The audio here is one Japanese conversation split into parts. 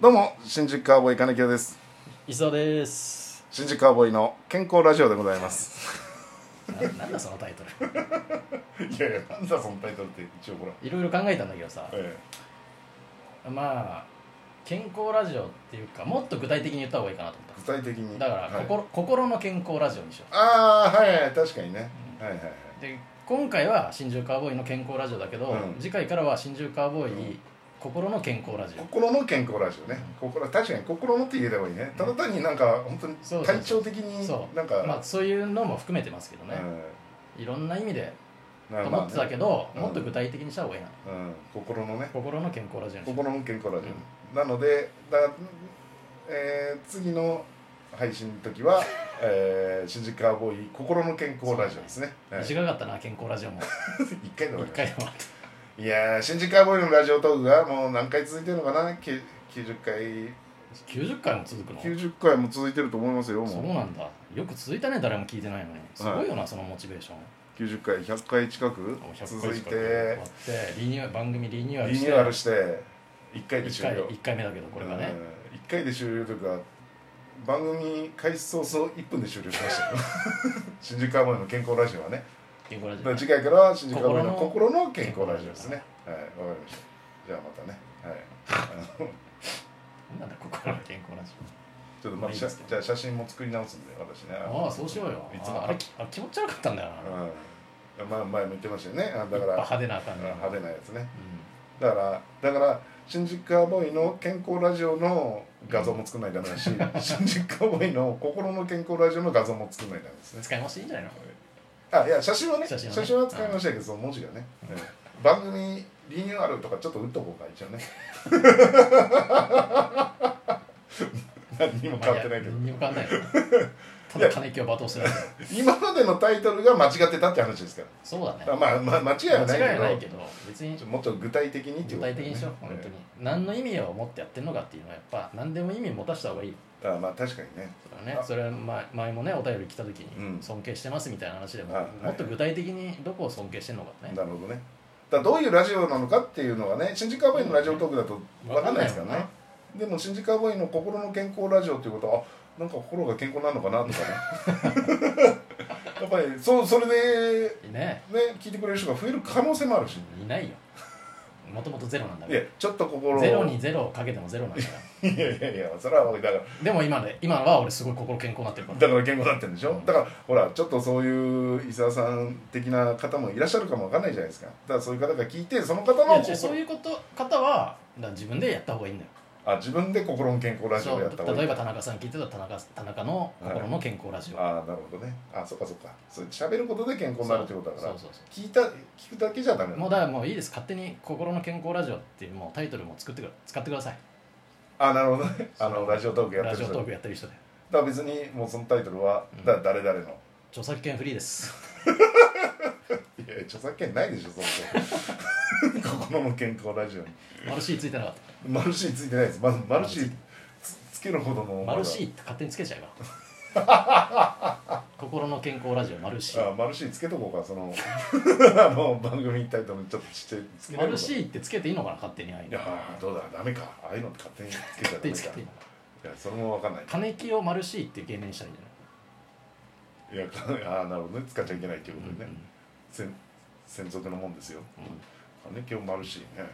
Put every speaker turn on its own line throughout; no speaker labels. どうも新宿カーボーイ金城です
伊沢です
新宿カーボーイの健康ラジオでございます
ななんだそのタイトル
いやいやなんだそのタイトルって一応ほら
いろいろ考えたんだけどさ
え
まあ健康ラジオっていうかもっと具体的に言った方がいいかなと思っ
具体的に
ただから、
はい
心心の健康ラジオにしよ
ああはいはい確かにね、はいはいはいう
で今回は新宿カーボーイの健康ラジオだけど、
うん
次回からは新宿カーボーイ、
うん
心の健康ラジオ
心の健康ラジオね心確かに心のって言えた方がいいねただ単になんか本当に
そうそうそう
体調的に
そう
なんか
まあ、そういうのも含めてますけどね、いろんな意味で
うん
と
な
思ってたけど、
うん
もっと具体的にした方がいいな、
まあねうん心のね
心の健康ラジオにしよう
心の健康ラジオ、なのでだ、えー次の配信の時は、えー、新宿カーボーイ心の健康ラジオですね、はい
短かったな健康ラジオも
一回で終わりま
一回
し
でもあった
いやー新宿カーボーイのラジオトークがもう何回続いてるのかなきゅ90回
た90回も続くの
90回も続いてると思いますよ
そう
も
なんだよく続いたね誰も聞いてないのにすごいよな、そのモチベーション
う90回100回近く
100回
続い
近
て
く終わってリニューアル番組リニューアル
リ
し
ニ
て
ューアルして1回で
1
終
回
了
一回目だけどこれがね、
うん1回で終了というか番組開始早々1分で終了しましたよ 新宿アボイの健康ラジオはね
健康ラ
だ
ジ
から次回か
オ
らは新宿アボイの
心
心の健康ラジオですねはいわかりましたじゃあまたねはい あの
なんだ心の健康ラジ
ちょっとま
まあ
た
いい
写
ですけど
じゃあ写真も作り直すんで私ね
オああそうしようよ
いつも
ああれきあ気持ち悪かったんだよな、
うんまあ前も言ってましたよねあだから
やっぱ派手な感じ
派手なやつね
う
だからだから新宿カーボーイの健康ラジオの画像も作らないとダメだし 新宿カーボーイの心の健康ラジオの画像も作らないとダメです
ん
ね
使いましていいんじゃないの
あいや写真はね写
写
真
真
は
はね
使いましたけど、その文字がね、うん番組リニューアルとかちょっと打っとこうか一応ね何にも変わってないけど
まあや何 にも変わってないよただ金木を罵倒してないけど
今までのタイトルが間違ってたって話ですか
そうだね
らまあ、まあ、間違いはないけ
間違い
ど
ないけど別に
ちょっともっと具体的にってい
具
うこと
体
ね
的にしよう本当に、何の意味を持ってやってんのかっていうのはやっぱ何でも意味持たせた方がいい
えーあまあ確かにね
それは
あ
ねそれは前前もねお便り来た時
うん
に尊敬してますみたいな話でも、
はいはい
もっと具体的にどこを尊敬してんのかね
なるほどねだからどういうラジオなのかっていうのはね新宿アボーイのラジオトークだと分かんないですから
わかんない
ねで
よ
も新宿アボーイの心の健康ラジオっていうことはあなんか心が健康なのかなとかね やっぱりそうそれで
ね
ね聞いてくれる人が増える可能性もあるし
いないよもともとゼロなんだ
い
か
や
ら
ちょっと心を
ゼロにゼロをかけてもゼロなんだから
いやいやいやそれはだから
でも今で今は俺すごい心健康になってるから
だから健康になってるんでしょだからほらちょっとそういう伊沢さん的な方もいらっしゃるかもわかんないじゃないですかだからそういう方が聞いてその方
いや
の
違うそう
心
いうこと方はだから自分でやった方がいいんだよ
あ自分で心の健康ラジオ
そ
をやった方が
う例
い
え
い
ば田中さん聞いてた田中田中の心の健康ラジオ、
ああなるほどねあそっかそっかそれ喋ることで健康になるってことだから
そうそうそう
聞いた聞くだけじゃダメなの
もうだからもういいです勝手に「心の健康ラジオ」っていうもうタイトルも作ってくだ使ってください
あなるほどねあのラジオトークや
ラ
って
ジ
る人だ
オトー
か
クやってる人で
ら別にもうそのタイトルは
うん
だ誰々の
著作権フリ ーです
いや著作権ないでしょそん な心の健康ラジオに
マルシーついてなかった
マルシーついてないですまずマルシーつつけるほどの
マルシーって勝手につけちゃえば 心の健康ラジオマルシー
あマルシーつけとこうかそ のあの番組タイトルにちょっとちっちゃいつけ
マル
ー
シーってつけていいのかな勝手にああいう
い
の
やーどうだダメかああいうのって勝手につけちゃダ
勝手
メ
に
か
つけていいのか
いやそれもわかんない
金木をマルシーっていう芸名にしたらいいんじ
いやか ああなるほどね使っちゃいけないということでね、
うんうん
専専属のもんですよ
ゃない、うん、
金京マルシーね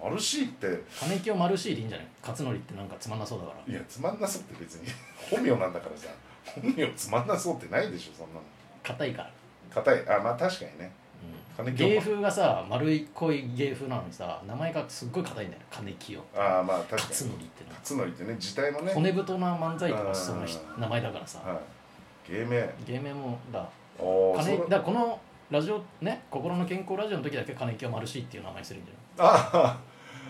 あーマルシーって
金木をマルシーでいいんじゃない勝則ってなんかつまんなそうだから
いやつまんなそうって別に 本名なんだからさ本名つまんなそうってないでしょそんなの
硬いから、
硬いあまあ確かにね
うん、
金木を
芸風がさ丸い濃い芸風なのにさ名前がすっごい硬いんだよ金木を
ああまあ確かに
勝則ってなんか
辰徳ってね時代のね、
骨太な漫才とかしそうな人
あー
名前だからさ
はい、芸名
芸名もだ
おー
金
そ
だ
う
からこのラジオね心の健康ラジオの時だけ金木をマルシーっていう名前にするんじゃない
あ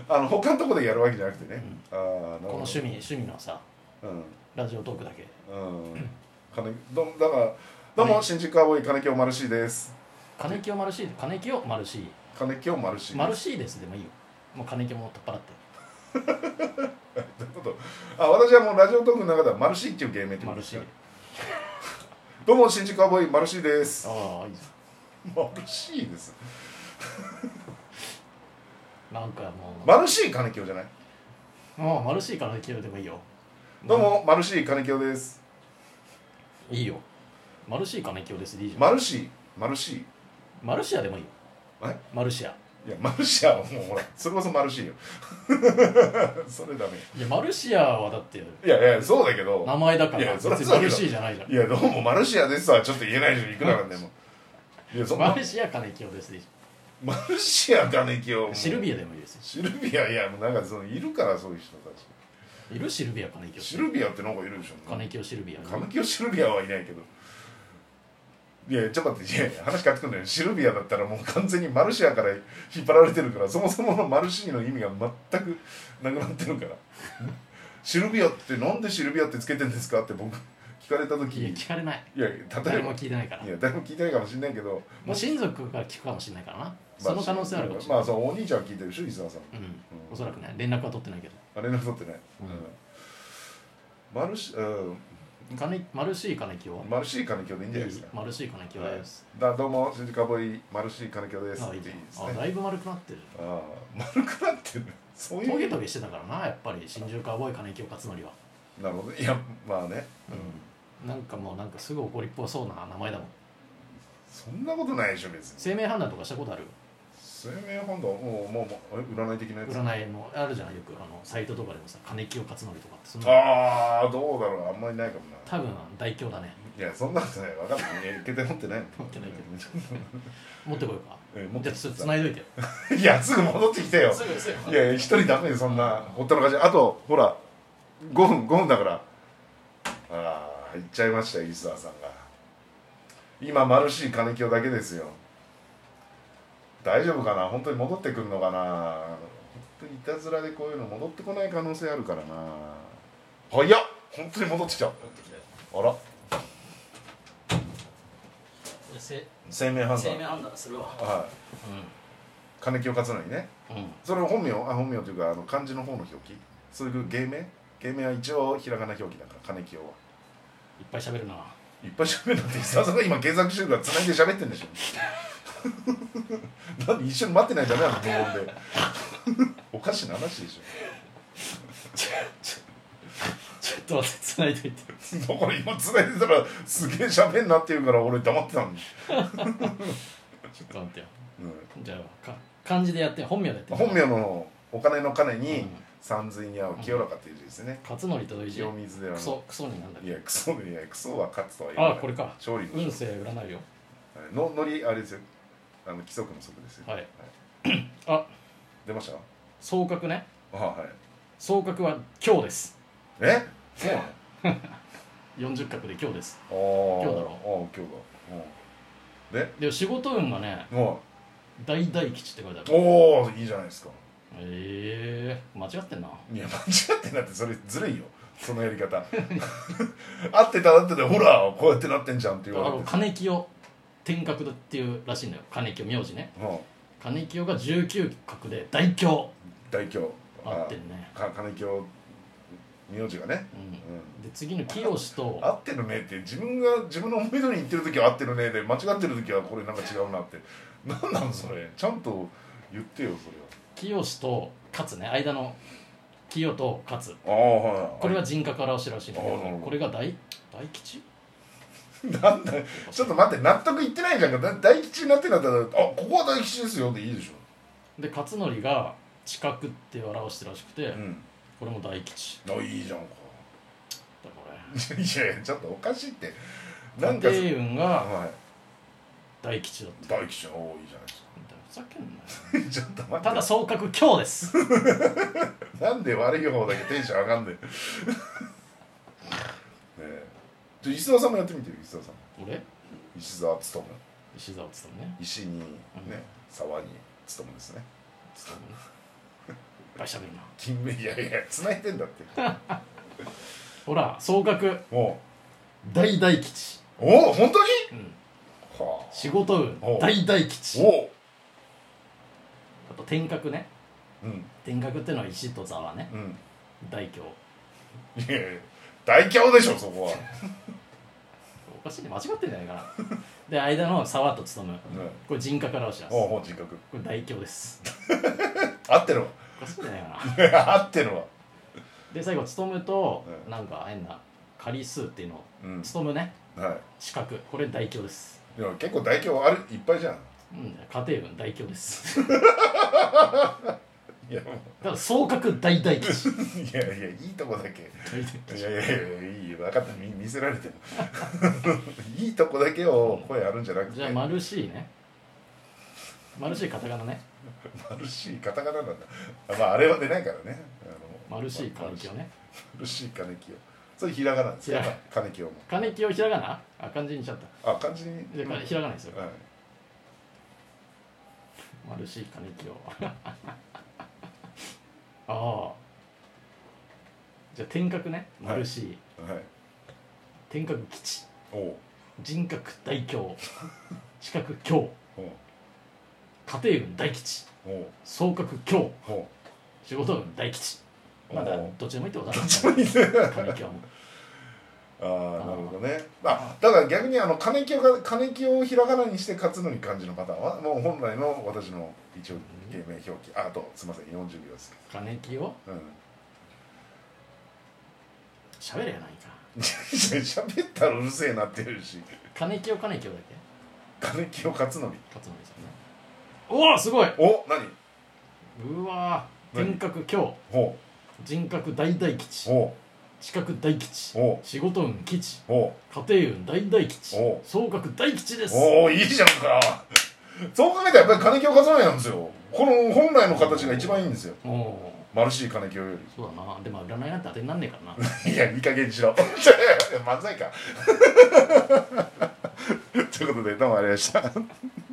ーあの他のとこでやるわけじゃなくてね、ああーなるほど
この趣味趣味のさ
うん
ラジオトークだけ
うん金どだからどうも、
はい
新宿アボイ金京マルシーです
金木をマルシー金木をマルシー
金京マルシーです
マルシーですでもいいよもう金木も取っ払って
どういうことあ私はもうラジオトークの中ではマルシーっていう芸名ってこ
マ
と
ル
です
シ
か
ー
どうも新宿アボイマルシーです
ああいいじ
マルシーです
ゃんなんかもう、
マルシー金京じゃない
ああマルシーからできるでもいいよ
どうもマルシー金清です
いいよマルシー金清ですでいいじゃん
マルシーマルシ
マルシアでもいいよ
え
マルシア
ーいやマルシアはもうほらそれこそマルシーよ それダメよ
いやマルシアはだって
いやいやそうだけど
名前だか
い
ら
や
別
そりゃ
に
そうだけど
マルシーじゃないじゃん
いやどうもマルシアですはちょっと言えないでしょいくらなんで もいやそん
マ
な
ルシア金清ですでいいじ
マルシア金清
ゃ
も
んシルビアでもいいですよ
シルビアいやもうなんかそのいるからそういう人たち
いるシルビア金清
シルビアってなんかいるでしょ
金清シルビア
金清シルビアはいないけどいやちょっと待っていや話変わってくるんだよシルビアだったらもう完全にマルシアから引っ張られてるからそもそものマルシーの意味が全くなくなってるからシルビアってなんでシルビアってつけてんですかって僕聞かれた時
いや
い
聞かれない
や例えば
誰も聞いてないから
いや誰も聞いてないかもしれないけど
もう親族が聞くかもしれないからなその可能性はあるかもしれない
まあそのお兄ちゃんは聞いてるでしょ伊沢さん
うんおそらくね連絡は取ってないけど
あれな取ってない、
う
うんんマルシうん
金マルシー金清
マルシー金京でいいんじゃないですか
マルシー金清です
だどうも新宿アボイマルシー金京です
あ
って
い
い
い
いで
ね
す
あ
ね
だいぶ丸くなってる
ああ丸くなってるそう
ト
い
ゲ
うな
トゲしてたからなやっぱり新宿アボーイ金清勝則は
るほどいやまあね、
うんなんかもうなんかすぐ怒りっぽそうな名前だもん
そんなことないでしょ別に
生命判断とかしたことある
生命判断もうもうもうえ占い的なやつ
占いもあるじゃないよくあのサイトとかでもさ金清勝則とかってそんな
ああどうだろうあんまりないかもな
多分大凶だね
いやそんなことない分かんないいや受け手持ってない
持ってないけど持ってこようか
え持って
じゃあ
き
ちょっと
て
繋いどいてよ
た いやすぐ戻ってきてよ
すぐす
いやいや一人ダメよそんなほったらかしあとほら5分5分だからああ行っちゃいましたよ石澤さんが今マルシー金清だけですよ大丈夫かな本当に戻ってくるのかな本当にいたずらでこういうの戻ってこない可能性あるからな早っ本当に戻ってきたあら
せ
生命判
生
断
命判断するわ
はい金清勝則ね
うん、うん、
それを本名あ本名というかあの漢字の方の表記そういう芸名芸名は一応ひらがな表記だから金清はい
っぱい喋るない
っぱい喋 るなんてさすが今検索してるから繋いで喋ってんでしょ なんで一緒に待ってないとダメなの無音で おかしな話でし
ちょっと待って繋いどいて
ょだから今繋いでたらすげえ喋んなって言うから俺黙ってたのに、
ちょっと待ってよ
う
じゃあか漢字でやって本名でやって
ん、本名のお金の金
う
に
ん
三髄に合う清らかっていう字ですね、
勝則と同字
清水寺
ク
の
ソクソになんだっ
い
け
やクソいやクソは勝つとは言わ
あ
ない
これか
勝利の勝
運勢占いよ
はいののりあれですよあの規則の則ですよ
はいあ
出ました
総角ね
あはい
総角は今日です
えそうなの
40角で今日です
あー
今日だ
あー今日だ
で仕事運がね
うんでも
大大吉って書いてあ
う
る
おおいいじゃないですか
ええ間違ってんない
や間違ってなってそれずるいよそのやり 方合ってた合ってたほらこうやってなってんじゃんって
あ
言われ
の
て
金清天角だっていうらしいんだよ金清名字ね
うん
金清が19角で大凶
大凶
合
あ
ってんね
か金京名字がね
うん
う
で次の清と
ん合ってるねって自分が自分の思い通りに言ってる時は合ってるねで間違ってる時はこれなんか違うなって何なのそれちゃんと言ってよそれは
清と勝ね間の清と勝
ああはい
これは人格表してるらしいんだけど
あなるほど
これが大大吉
なんだちょっと待って納得いってないじゃんかだ大吉になってんだったら「あここは大吉ですよ」でいいでしょ
で勝則が知覚って表してるらしくて、
うん
これも大吉
あいいじゃんか
だこ
いやいやちょっとおかしいって
れ
なんかそ
家庭運が
は
大吉だって
い大吉おいいじゃないです
ふざけんなよ
かちょっと
た
待
だ総角今日です
ってなんで悪い方だけテンション上がん ねんねえじゃあ石澤さんもやってみてよ石澤さん
俺
石澤勤
石澤つとね
石にね、
うん
沢に勤ですね
つとねいっぱい喋るな
金目いやいや繋いでんだって
ほら総角
も
大大吉、
うおお本当に
うん、
はあ
仕事
お
運
う
大大吉
おお
あと天角ね
うん
天角ってのは石と沢ね
うん
大凶
いやいや大凶でしょそこは、
おかしいね間違ってんじゃないかな で間の沢と務む
うん、
これ人格表してます
おう
こ
もう人格
れ大凶です
合ってるわ
おかしいんじゃないかな
合ってるわ
で最後勤と
うん
なんか変な仮数っていうのを
うん
勤むね
は
資格これ代表です
いでも結構代表あるいっぱいじゃん
うん家庭文代表です
いやもう
ただ総格大大吉
いやいやいいとこだけ
大大
い
吉
やいやいやいいよ分かった見見せられ てるいいとこだけを声あるんじゃなくて
じゃあ
マ
丸 C ね丸 C カタカナね
ルシーカタカナなんだあまああれは出ないからねあの
丸 C カネキオね
マルシーカネキオそれひらがなです
ひら
か
がな
カネキオも
カネキオひらがなあ漢字にしちゃった
あ漢字に
じゃあひらがなですよ
はい
丸 C 金 清ああじゃあ天閣ね
はい
丸 C、
はい
天閣吉
おう
人格大凶四角凶
おう
家庭運大吉
おう
総格凶
おう
仕事運大吉まだ
おう
どっちでもいいってことだな金清も
ああなるほどねあだから逆にあの金清が金清をひらがなにして勝つのに漢字のパターンはもう本来の私の一応芸名表記ああとすいません40秒です
金清
うん
喋れやないか
喋ったらうるせえなってるし
金清金清だっけ
金清勝則
勝則さんねおおすごい
お何
うわー天閣凶
ほ
人格大大
う
吉
ほ
四角大吉
うほ
仕事運吉
うほ
家庭運大大吉
おう
総額大吉で
う
す
おおいいじゃんかそう考えたらやっぱり金清勝則なんですよこの本来の形が一番いいんですよ
おお
マルシー金清よ
そうだなでも占いなんて当てになんねえからな
りいやいい加減にしろ 漫才かということでどうもありがとうございました